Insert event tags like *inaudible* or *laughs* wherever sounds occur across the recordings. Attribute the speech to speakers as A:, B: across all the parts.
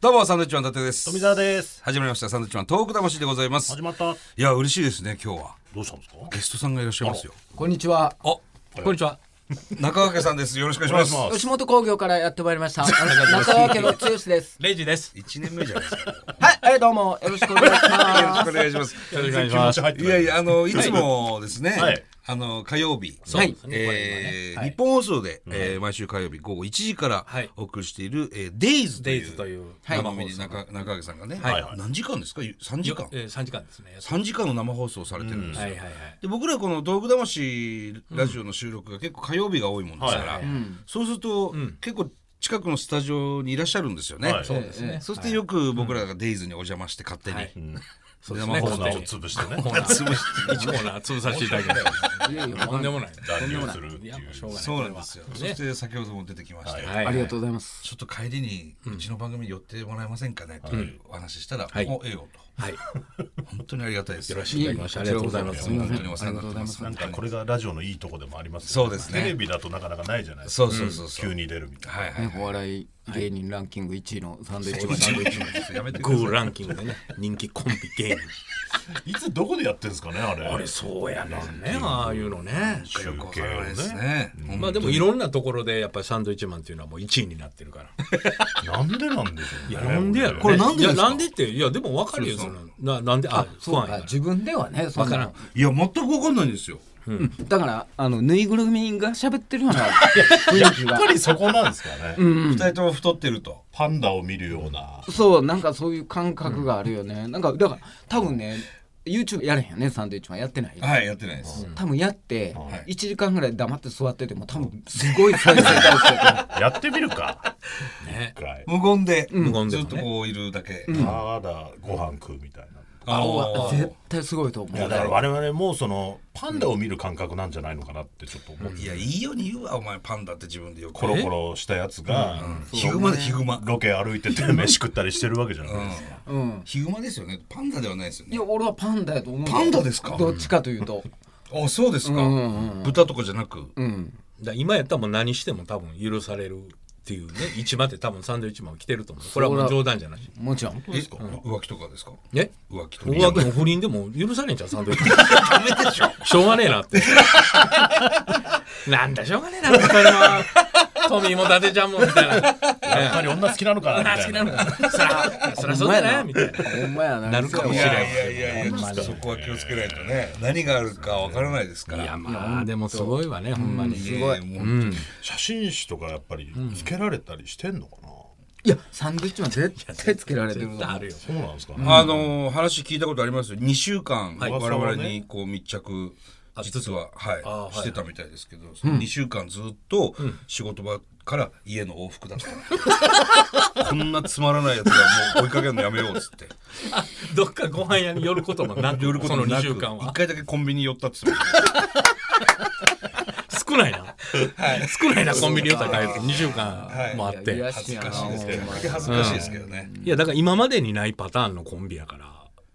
A: どうも、サンドウィッチマン伊達です。
B: 富澤です
A: 始まりました、サンドウィッチマントーク魂でございます。
B: 始まった
A: いや、嬉しいですね、今日は。
B: どうしたんですか
A: ゲストさんがいらっしゃいますよ。
C: こんにちは。
A: あ、
D: こんにちは。
A: 中川家さんです。よろしくお願いし
B: お
A: ま
B: 願い
A: す。
B: し
C: 吉本興業からやってまいりました。中川家の剛です。
D: レイジです。
A: 一年目じゃないですか。よ
C: はい、えーどうもよろしくお願いし
A: ろし
C: ま
A: くお
C: す。
A: 願いします。
D: よろしくお願いし
B: 気持
D: ま
B: ち
D: す。
B: 入っ
A: い
B: てない
A: やいや、あの、いつもですね、
B: はい
A: あの、火曜日、
C: そうです
D: ね
A: えー日本放送で、えー毎週火曜日午後1時から
D: はい
A: お送りしている、えー、デイズと
D: デイ
A: い
D: ズ
A: う
D: という
A: 生
D: 生
A: 放
D: 放
A: 送、
D: 送。
A: 中中川さんがね、
B: はいはい
A: 何時間ですか ?3 時間
D: えー三時間ですね。
A: ?3 時間の生放送をされてるんですよ。
D: はいはいはい。
A: で僕らこの「道具魂」ラジオの収録が結構火曜日が多いもんですから、
B: はい
C: ん
A: そうすると、結構近くのスタジオにいらっしゃるんですよね、
B: はいそう
C: ですね
A: そしてよく僕らが「デイズにお邪魔して勝手に、
D: はい
A: そ
D: そうです
A: 生
D: ね
B: コ
A: 放
B: ー
A: 送
B: ナーを潰してね
D: コーナー潰して、一コーナー潰させていただきま
C: いやい
D: す。
C: や
D: とんでもない。
B: 乱入するって
D: い
B: い
D: や、もうしょ
B: う
D: うがない。
A: そうなんですよ、
D: こ
A: そ
D: れ
A: し
D: はね
A: て先ほども出てきました、
B: はい
D: はい
C: ありがとうございます。
A: ちょっと帰りにうちの番組寄ってもらえませんかねというお話ししたら「
D: はい
A: もうええよ」
D: はい。
A: と *laughs* 本当にありがたいです
D: よろし
C: い
D: くお
C: え
D: 願いします。ありがとうございま
C: こ
D: す。
C: ちらこそ
A: 本
C: すみません
A: 当にお世話になってます
C: あ
B: な
C: り
B: んかこれがラジオのいいとこでもありますよ
A: そうですね
B: テレビだとなかなかないじゃないですか
A: そうそうそうそう、
B: 急に出るみたいな
A: はいはい、
C: ねお笑い芸人ランキング1位のサンドイッチマン。
A: やめてく
D: グ
A: ださ
D: ーランキングでね、人気コンビ芸人。
B: いつどこでやってんですかねあれ
D: あれ、そうやねんね、ああいうのね。
A: いよくわからないですね、うん
D: まあでもいろんなところでやっぱりサンドイッチマンっていうのはもう1位になってるから。
B: なんでなんでしょうね
D: いや、なんでやろ。
B: これ
A: れなんでです
D: い
A: か
D: や、なんでって、いや、でも分かるよ、その、ななんで、あ、不
C: そう
D: 安や
C: か、
D: から
C: 自分ではね、そんなの
A: いや全くわかんないんですよ
C: うんだから、あの、ぬいぐるみが喋ってるような雰囲気
B: や
C: が
B: っぱ。りそこなんですかね
A: 二人とも太ってると。
B: パンダを見るような
C: そう、なんかそういう感覚があるよね。なんか、だから、多分ね、YouTube やれへんよね、サンドイッチマンやってない。
A: はい、やってないです。
C: 多分やって
A: はい
C: 1時間ぐらい黙って座ってても多分すごい再生回数やと思う
B: やってみるか
D: ね
B: 一。回
A: 無言で、
D: 無言で
A: ず
D: も
A: っと
D: ね
A: こういるだけ。
B: ただご飯食うみたいな
A: あの
C: 絶対すごいと思
B: いや
C: う
B: だから我々もそのパンダを見る感覚なんじゃないのかなってちょっと思って
A: いや、いいように言うわ、お前パンダって自分で言うか
B: コ
A: ら。
B: ロコロしたやつが
A: ヒグマでヒグマ。
B: ロケ歩いてて飯食ったりしてるわけじゃないですか
C: うん
A: ヒグマですよね。パンダではないですよ
C: い
A: ね
C: や。俺はパンダやと思う
A: パンダですか
C: どっちかというと
A: あ、そうですか。豚とかじゃなく。
C: うん
D: だから今やったらもう何しても多分許されるっていうね市場で多分サンドイッチマンは来てると思うこれはもう冗談じゃないし
C: もちろん
A: え、浮気とかですか
D: え
A: 浮気と
D: 僕は
A: か。
D: もう不倫でも許され *laughs* んじゃんサンドイッチマンダメでしょしょうがねえなってなんだしょうがねえなってそれはトミーも伊達ちゃんもみたいな
B: やっぱり女好きなのかなみ
D: 話
B: たい
D: にな
B: な
D: るからそらそらそうだなみたいな
C: ほんまやな
D: なるかも
A: い
D: しれ
A: や
D: ん
A: いやいやいや、ちょっとそこは気をつけないとね。何があるかわからないですか
D: いや
A: ら。
D: まあでもすごいわねほんまに
A: すごい。もう
B: 写真誌とかやっぱりつけられたりしてんのかない
C: やサンドイッチマン絶対つけられてる
D: 絶対あるよ
B: そうなんですかね
A: あのー話聞いたことありますよ2週間
B: い
A: 我々にこう密着
D: あ
A: 実は
D: あ
A: は
D: はい
A: いしてたみたいですけどその2週間ずっと仕事場から家の往復だった *laughs* こんなつまらないやつがもう追いかけるのやめようっつって
D: どっかご飯屋に寄ることもなく
A: 寄ること
D: そ
A: も
D: の
A: なく
D: 2週間は
A: 1回だけコンビニ寄ったっつって
D: 少ないな、少ないなコンビニ寄ったら2週間もあって、
C: いやいや
A: 恥ずかしいですけど
C: いや
A: 恥ずかしいですけどね
D: いやだから今までにないパターンのコンビやから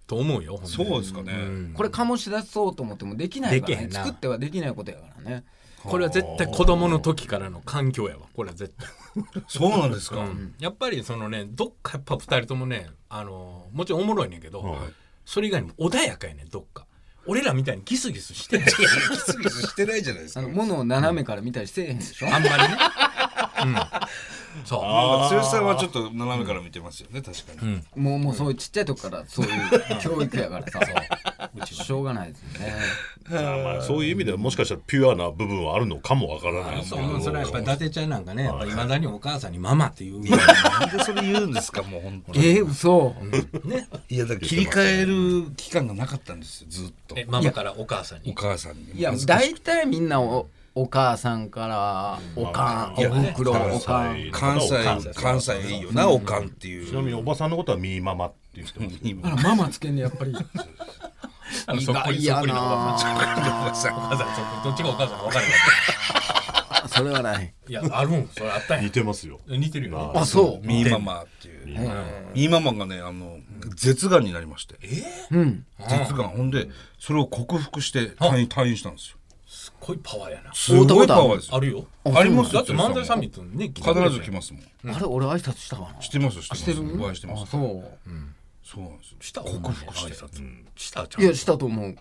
D: と思うよほん
A: そ
D: で
A: うですかね
C: これ醸し出そうと思ってもできないから
D: で
C: ね
D: きへんな
C: 作ってはできないことやからね
D: これは絶対子供の時からの環境やわこれは絶対、
A: そうなんですか
D: やっぱりそのねどっかやっぱ2人ともねあのもちろんおもろいねんけど、それ以外にも穏やかやねんどっか俺らみたいにギスギスしてない
A: ギスギスしてないじゃないです
C: あ
A: か
C: の物を斜めから見たりせえへんでしょ
D: *laughs* あんまりね、うん、そう
A: なんか剛さんはちょっと斜めから見てますよね確かに
C: もうもうそういうちっちゃい時からそういう教育
A: *laughs*
C: やからさ *laughs* しょうがないですよね
B: まあそういう意味ではもしかしたらピュアな部分はあるのかもわからないです
D: そ
B: けど
D: うそれはやっぱり伊達ちゃんなんかねいまだにお母さんにママっていうぐらい
A: なんでそれ言うんですかもう本当に
C: えー、嘘
A: いやだから切り替える期間がなかったんですよずっと
D: えママからお母さん
A: お
D: に
A: 母さんに
C: いや
A: 恥ずかし
C: 大体みんなおお母さんからおかん
B: いや
C: おふくろ
B: 関西
C: おかん
A: 関西
B: 関西
A: 関西いいよな、おかんっていう
B: ちなみにおばさんのことはミーママって言ってます
A: 今
C: あらママつけんねやっぱ
A: *laughs*
C: り
D: あの
C: 意
D: そっく
C: 外
D: りそっ
C: や
D: くりのお母さん
C: な
A: おばさん
D: お母さんそっくりどっちがお母さんか分からない
C: あそれはない
D: いや、あるん、それあったん
B: 似
D: や。
B: てますよ
D: 似てるよね。
C: あそう
A: ミーママっていうミーママがねあの舌がんになりまして
C: うん
A: 舌がんほんでそれを克服して退院退院したんですよ
D: すっごいパワーやな
A: すごいパワーですよ
D: あるよ
C: あ
A: あります
D: だ
A: よ
D: って漫才サミットにね来てくれて
A: 必ず来ますもん
C: あれ俺挨拶したかな
A: してますしてます
C: してる
A: お会いしてます
C: あそう
A: そうなんですよ
D: した
A: 克服して
D: 挨拶したちゃん
C: いやしたと思う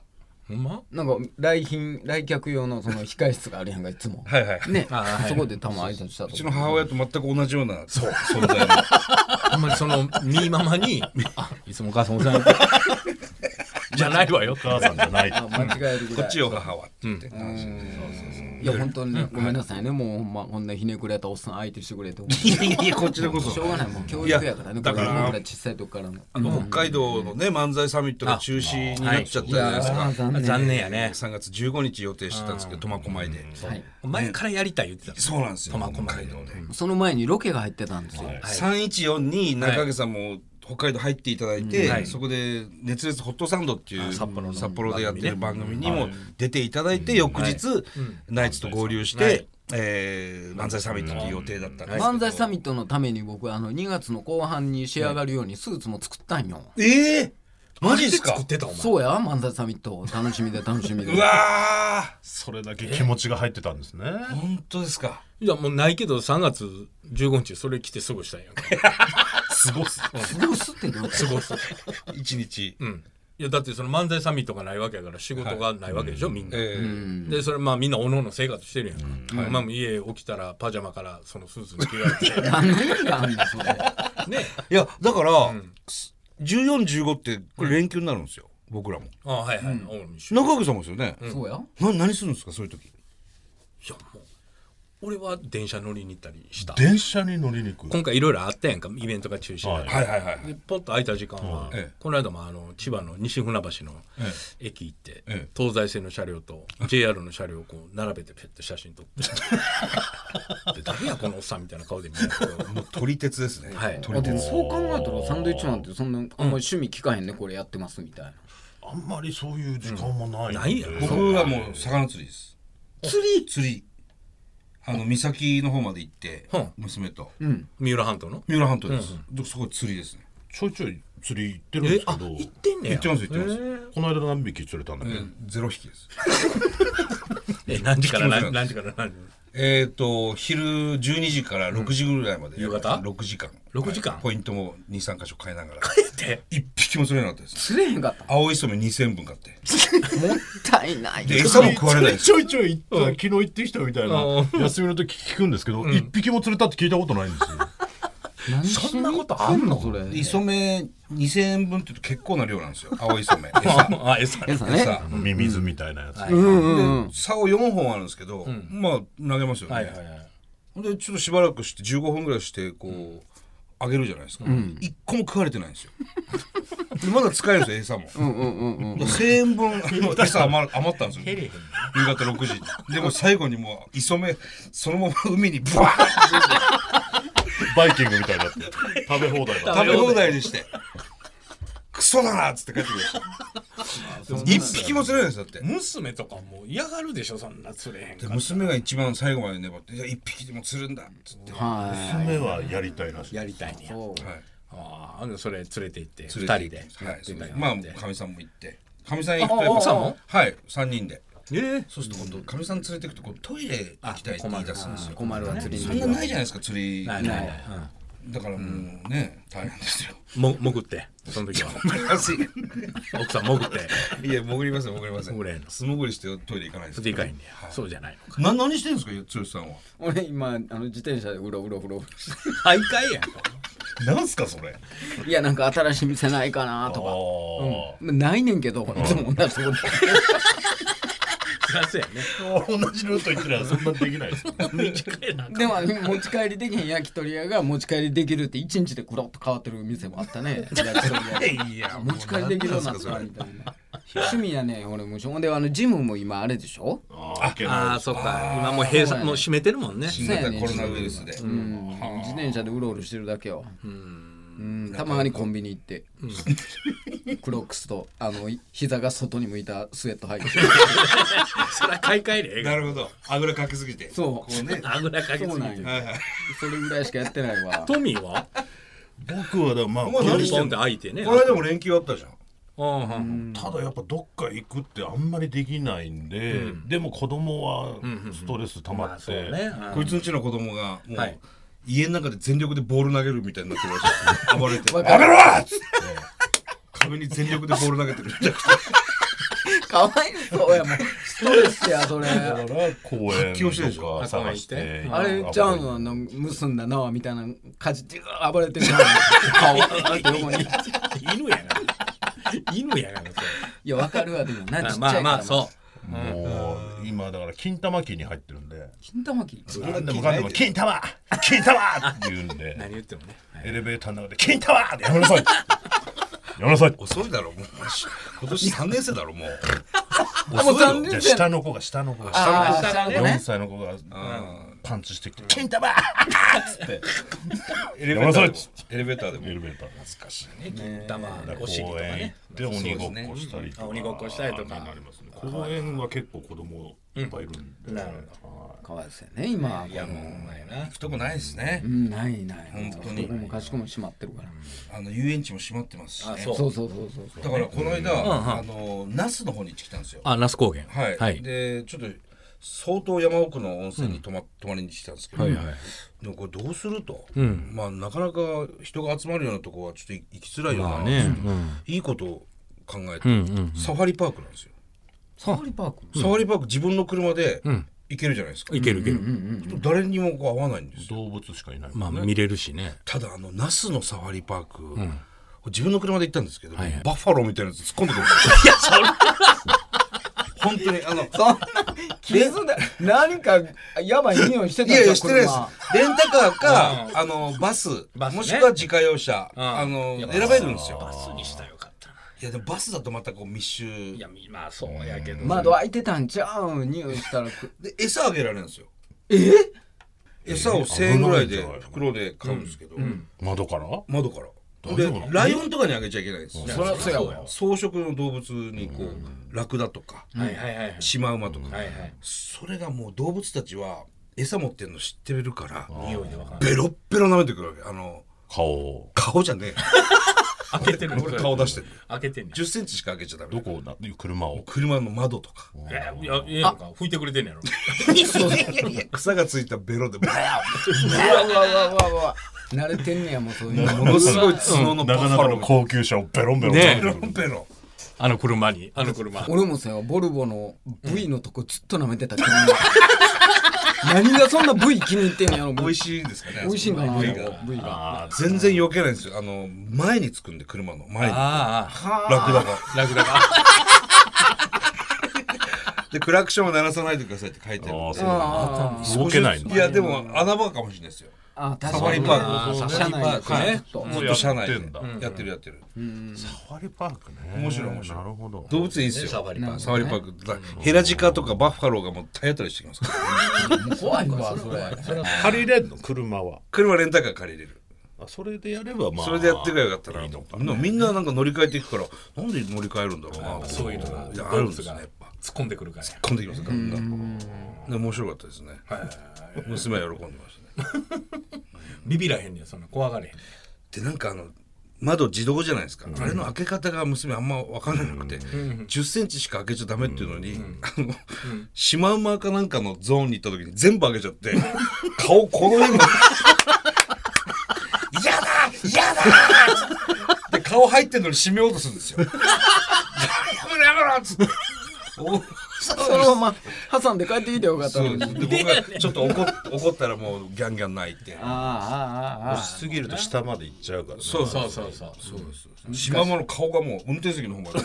D: ほんま
C: なんか来賓来客用のその控室があるやんかいつも
A: はいはい
C: ね
D: あーはい
C: そこで多分挨拶した
A: う
C: と
A: ち
C: 思
A: の
C: う
A: 母親と全く同じような *laughs* 存在の
D: あんまりそのみーママに「あいつもお母さんお世話になってる *laughs* じゃない *laughs* わよ
B: お母さんじゃない。
C: あ間違えるぐ
A: こ
C: ら
A: っ
C: い
A: ちよ母はって言って話で
C: いや本当にねごめんなさいねもうほんまこんなひねくれたおっさん相手してくれてほんま
A: いやいやいやこっちでこそ
C: しょうがないもう教育やからね
A: いやだから
C: これ僕ら小さい時からの
A: あの *laughs* 北海道のね漫才サミットが中止になっちゃったじゃないです
C: あ
A: か
C: ー残念
D: 残念やね
A: 3月15日予定してたんですけど苫小牧で
C: はい
D: 前からやりたい言ってた
A: そうなんですよ
D: 苫小
A: 北
D: 牧
A: 海道で
C: その前にロケが入ってたんですよ
A: 314に中影さんも北海道入っていただい
D: うんは
A: て
D: い
A: そこで「熱烈ホットサンド」っていう
D: あ札幌の
A: 札幌でやってる番組にも出ていただいて翌日ナイツと合流し
D: は
A: て
D: い
A: えー漫才サミットっていう予定だったんです
C: 漫才サミットのために僕あの2月の後半に仕上がるようにスーツも作ったんよ
A: ええマジっすか
D: 作ってたお前
C: そうや漫才サミット楽しみで楽しみで
A: うわー
B: それだけ気持ちが入ってたんですね。
A: 本当ですか
D: いやもうないけど3月15日それ来て過ごしたんやんか
B: すごいっす。
C: すごいすってどういうこと
D: 過ごす
A: 一日
D: *laughs* うんいやだってその漫才サミットがないわけやから仕事がないわけでしょ、みんな、
A: えー
D: でそれまあみんなおのおの生活してるやんか、まあ家起きたらパジャマからそのスーツに着替 *laughs* えて
C: 何の意味があんだそれ
D: ね
A: いやだから、1415ってこれ連休になるんですよ、僕らも
D: あはいはい、おう一緒
A: 中川さんもですよね、
C: そうや
A: な何するんですかそういう時
D: いやもう俺は電車乗りに行ったりした
B: 電車に乗りに行く。
D: 今回いろいろあったやんかイベントが中止になる、
B: はい
A: はいはい
D: でポッと空いた時間は、
A: ええ
D: この間もあの千葉の西船橋の駅行って、
A: ええ
D: 東西線の車両と JR の車両をこう並べてペッて写真撮って
A: *laughs*
D: で誰やこのおっさんみたいな顔で見たけど
A: もう撮り鉄ですね、
D: はい
A: 撮
C: あ
A: り
C: で
A: 鉄
C: もそう考えたらサンドイッチマンってそんなあんまり趣味聞かへんねこれやってますみたいな
B: あんまりそういう時間もない。
D: ないやろ
A: 僕はもう魚釣りです釣り釣りあの岬の方まで行って、
D: うん
A: 娘と
C: うん
D: 三浦半島の
A: 三浦半島です、でそこで釣りですね
B: ちょいちょい釣り行ってるんで
D: え
B: す
D: あ
B: け
D: 行っ
B: ど、
D: てんねや
A: 行ってます行ってます
B: この間何匹釣れたんだっけ
A: ゼロ匹です
D: ええ何時から
A: 行ってま
D: 何何時から何時
A: えっ、と昼12時から6時ぐらいまで、
D: ん夕方
A: 6時間
D: 6時間
A: はいポイントも23箇所変えながら
D: って
A: 一匹も釣れなかったです
C: 釣れへんかった
A: 青い染め2000分買って
C: もったいない
A: で餌も食われないんです
B: ちょいちょい行った、昨日行ってきたみたいな
D: う
B: 休みの時聞くんですけど、一、匹も釣れたって聞いたことないんですよ。
D: そんなことあんの
C: それ
A: で磯目2000円分って言うと結構な量なん
C: *laughs*
A: ですよ青い染め餌
D: あえさ
C: 餌ね
A: 餌
B: ミミズみたいなやつ。
C: うんうんうん
A: 竿4本あるんですけど、まあ投げますよね、
D: はいはいはい
A: ほんでちょっとしばらくして15分ぐらいしてこう、あげるじゃないですか、一個も食われてないんですよでまだ使えるんですよ餌も、
C: うんうんうん
A: だから1000円
C: *laughs*
A: 分あの餌余余ったんですよ夕方6時でも最後にもう磯目そのまま海にブワーッ
B: バイキングみたいになって。食べ放題だ。
A: 食べ放題にしてクソだなっつって帰ってくるん
C: *laughs*
A: ですよ一匹も釣れないんですよだって
D: 娘とかも嫌がるでしょそんな釣れへん
A: で
D: から
A: 娘が一番最後まで粘って「いや一匹でも釣るんだ」っつって、は
C: は
B: 娘はやりたいらしい。
D: やりたいね
C: い
D: や
C: そう
A: い、
D: ああそれ連れて行って二
A: 連
D: 人
A: れて
D: で
A: 行ってはい
D: やってたり
A: まあ
D: なんて
A: かみさんも行ってかみさん行くと
D: あ奥さんも
A: はい三人で
D: ええ
A: そうすると今度かみさん連れてくとこうトイレ行きたいって言い出すんですよ
C: 困るわ釣り
A: そん
C: に
A: なないじゃないですか釣り
D: ないないない、
A: だからもうね、大変ですよ
D: うん、も潜ってその時は
A: *laughs*
D: 奥さん潜って
A: いや潜りません潜りません
D: 潜れんの
A: 素潜りしてトイレ行かないです
D: でかいんだよ、そうじゃないのか
A: な何してんですか剛さんは
C: 俺今あの自転車でうろうろうろうろ
D: 徘徊やんか
B: なんすかそれ。
C: いやなんか新しい店ないかなと
B: あ
C: か
B: ー
C: ないねんけどいつも同じとこで
D: そうやね
B: *laughs* 同じルート行ってたらそんなできないですよね。
D: 短いな
C: でも持ち帰りできへん焼き鳥屋が持ち帰りできるって一日でクロッと変わってる店もあった *laughs* ね焼き鳥屋
A: いや
C: 持ち帰りできるようになったみたいな趣味やね俺もうしょほんであのジムも今あれでしょ
B: あ
D: *laughs* ああそっか今もう閉鎖もう閉めてるもんね
A: 新型コロナウイルスで、
C: うん自転車でうろうろしてるだけようんたまにコンビニ行って *laughs* クロックスとあのい膝が外に向いたスウェット
D: *laughs*
C: 履いて
D: そりゃ買い替えれええ
A: な
D: が
A: るほどあぐらかけすぎて
C: そう
A: こうね
D: あぐらかけす
C: そう
D: ぎ
C: なん
D: て
C: よそれぐらいしかやってないわ
D: *laughs* トミーは
B: 僕はだからまあ
A: もう
D: ポ
A: 何
D: ン
A: して
D: ポ
A: ん
D: ンって
A: の *laughs*
D: 開いてね
A: この間も連休あったじゃん
D: うんうん
B: ただやっぱどっか行くってあんまりできないんで、でも子供はストレス溜まって、
A: こいつんちの子供がもう、
D: はい
A: 家の中で全力でボール投げるみたいになってるらしい暴れて
C: わ
A: る
C: かる
A: 壁に全力でボール投げてる *laughs* みたいな
C: かわいそうやもんストレスやそ
D: *laughs*
C: れ
B: だから公園
A: 発揮をしてるでし
B: とか探して
C: あれちゃうのあの結んだ縄みたいな感じで暴れてるの顔あ
D: *laughs*
C: って横に
D: 犬やな犬やなそ
C: いやわかるわでもな
D: れ
C: ちっちゃいか
D: ま
C: ら
D: あまあそう
B: もう今だから金玉期に入ってるんで
C: 金玉木
B: 何でもかんでも「金玉金玉!」って言うんで
C: *laughs*
D: 何言ってもね
B: エレベーターの中で「金玉!」ってやめなさいやめなさい
A: 遅いだろもう今年3年生だろもう
C: もう
B: 遅いよ
C: 残念
B: じゃあ
C: じゃん
B: 下の子が下の子が
C: ああ下の子
B: 4
C: ね
B: 歳の子がパンチしてきて「金
C: *laughs*
B: 玉!」っつ *laughs* って
A: エレベ
B: やめな
A: ータ
B: さ
A: ー
B: い
A: で
B: っ
A: も
B: つっ
A: エレベーターで
B: て
A: も
B: エレベーター懐かしいね
D: 玉
B: 公
D: お尻とか
B: 園
D: ね
B: 行って鬼ごっこしたりとかあ
D: そうですねうんあ鬼ごっこしたりとか
B: んなになりますね公園は結構子供いっぱいいるんで
D: なる
C: かわいそうやね今
D: いやもうお前な
A: 行くとこないですね
C: う、んないない
A: 本当に
C: どこもかしこも閉まってるから
A: あの遊園地も閉まってますし、ね、
D: あそう
C: そうそうそうそう
A: だからこの間、あの那須の方に行ってきたんですよ
D: あ那須高原
A: はい、でちょっと相当山奥の温泉に泊ま,、泊まりに来たんですけど、でもこれどうすると、まあなかなか人が集まるようなとこはちょっと行きづらいよな、
D: まあね
A: ちょっといいことを考えて、サファリパークなんですよ、
C: サファリパーク
A: サファリパーク自分の車で行けるじゃないですか、
D: いけるいける
A: でも誰にもこう会わないんですよ
B: 動物しかいない
D: まあ見れるしね
A: ただあの那須のサファリパーク、自分の車で行ったんですけど、
D: はいはい
A: バッファロー *laughs* みたいなやつ突っ込んでくるんですよ。いや、それ。本当に、あの、
C: 傷だ何かやばい匂いして
A: い
C: た
A: やい
C: じゃ
A: や、
C: ん
A: してないです
C: 車。
A: レンタカーか、あの、バス、
D: バスね
A: もしくは自家用車、
D: ん
A: あの、選べるんですよ。
D: バスにしたらよかったない
A: や、でもバスだとまたこう密集
D: い。やまあそうやけど
C: 窓開いてたんちゃうん匂いしたらく
A: で、餌あげられるんですよ。
C: え
A: 餌を1000円ぐらいで、袋で買うんですけど、
B: 窓から
A: 窓から。
B: 大丈夫
A: で
B: なの、
A: ライオンとかにあげちゃいけないんです。
C: そりゃそうやわ
A: 草食の動物にこう、ラクダとか、
D: はいはいはいはい
A: シマウマとか、
D: はいはい
A: それがもう動物たちは餌持ってるの知ってるから
D: 匂いでわかる
A: ベロッベロ舐めてくるわけあの
B: 顔を
A: 顔じゃねえ *laughs*
D: 開けてる
A: 俺顔出してる
D: 開けてんね
A: 1 0ンチしか開けちゃダメ
B: どこだ車を
A: 車の窓とか
D: んいやいやええのか拭いてくれてんねやろ
A: *laughs* 草がついたベロでバヤ
C: うわうわうわうわうわ慣れてんねやもうそういう
A: ッ
C: の
A: ものすごい角の
B: な
A: バ
B: か
A: ッ
B: な
A: ファ
B: か
A: ロ
B: の
A: ー
B: 高級車をベロンベロン
D: ね
A: ベ
D: え
A: ロベロ
D: あの車にあの車
C: 俺もさボルボの V のとこずっと舐めてた気になる *laughs* 何がそんな V 気に入ってんねやろ
A: 美味
C: い
A: しいですかね
C: 美味しいんかな
A: V
C: V
A: が
C: が V が
B: あ
A: 全然避けないんですよあの前につくんで車の前にラ
D: ああ
A: クダが
D: あラクダが
A: でクラクションを鳴らさないでくださいって書いてある
B: ああ
C: あ
B: そう動けないの
A: いやでも穴場かもしれないですよ
C: あ
A: サ
C: 確
A: フ
C: か
A: ァリ
C: に
A: パーク
D: あー
C: 車内
D: サファリパークね
C: ずっと
A: ずっと車内で
B: やってんだ
A: やってるやってる
B: サファリパークね
A: 面白い面白い
B: なるほど
A: 動物いいですよ。
D: サファリパーク
A: サファリパークだからヘラジカとかバッファローがもう体当たりしてきますから。
C: 怖いわそれ
B: 借りれんの車は
A: 車レンタカー借りれる。
B: あそれでやればまあ
A: それでやってくればよかったな。
B: いいのか
A: でもみんななんか乗り換えていくから、なんで乗り換えるんだろうなって。
D: そういうのが
A: やあるんですね。やっぱ
D: 突っ込んでくるから
A: 飛んできますよ。ガンガンで面白かったですね。娘は喜んでましたね。
D: ビビらへんねんそんな怖がれへん
A: でなんかあの窓自動じゃないですか。あれの開け方が娘あんま分からなくて、10センチしか開けちゃダメっていうのに、あのシマウマかなんかのゾーンに行った時に全部開けちゃって、顔この辺 *laughs* まで嫌だ嫌だで顔入ってんのに締めようとするんですよ。や *laughs* めろやめろっつって。お
C: そのまま挟んで帰ってきてよかった
A: そ
C: の
A: う
C: に
A: で
C: あ
A: 僕がちょっと怒っ怒ったらもうギャンギャン泣いて。
C: あああああ
B: しすぎると下まで行っちゃうからね
A: そうそう
D: そうそうそう
A: そうです。シマウマの顔がもう運転席の方ま *laughs* で。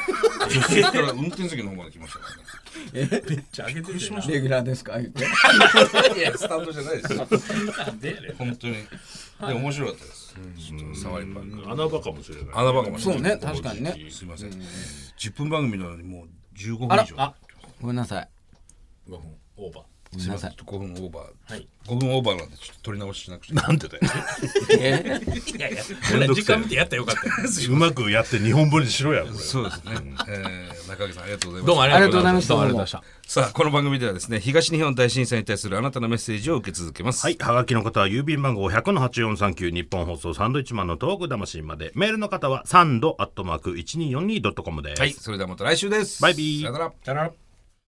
A: 助手席から運転席の方まで来ましたからね。
D: めっちゃ上げてるしま
C: あレギュラーですか言って
A: いや、スタンドじゃないですよ。本当に。で、面白かったです。ちょっとサワリパーク。
B: 穴場かもしれない
A: 穴場かもし
C: そ
A: れ
C: う
A: ない。
C: ね確かにね
A: すいません。10分番組なのにもう15分
C: あら
A: 以上。
C: あごめんなさい
D: 5分オーバ
A: すいませんちょっと5分オーバー、はい、5分オーバーなんでちょっと取り直ししなくちゃ
B: なんでだよ
D: いやいや、これ時間見てやったらよかったよ。
C: *laughs*
B: うまくやって日本堀にしろやこれ
A: そうですね、えー、中垣さんありがとうございます
D: どうもありがとうござ
C: ありがとうござい
D: いました。
C: ました
D: どうもありがとうございました。
A: さあこの番組ではですね東日本大震災に対するあなたのメッセージを受け続けます
B: はいはがきの方は郵便番号100-8439日本放送サンドイッチマンの東北魂までメールの方はサンドアットマーク 1242.com です、
A: はい、それではまた来週です
B: バイビー
A: さよなら
D: さよなら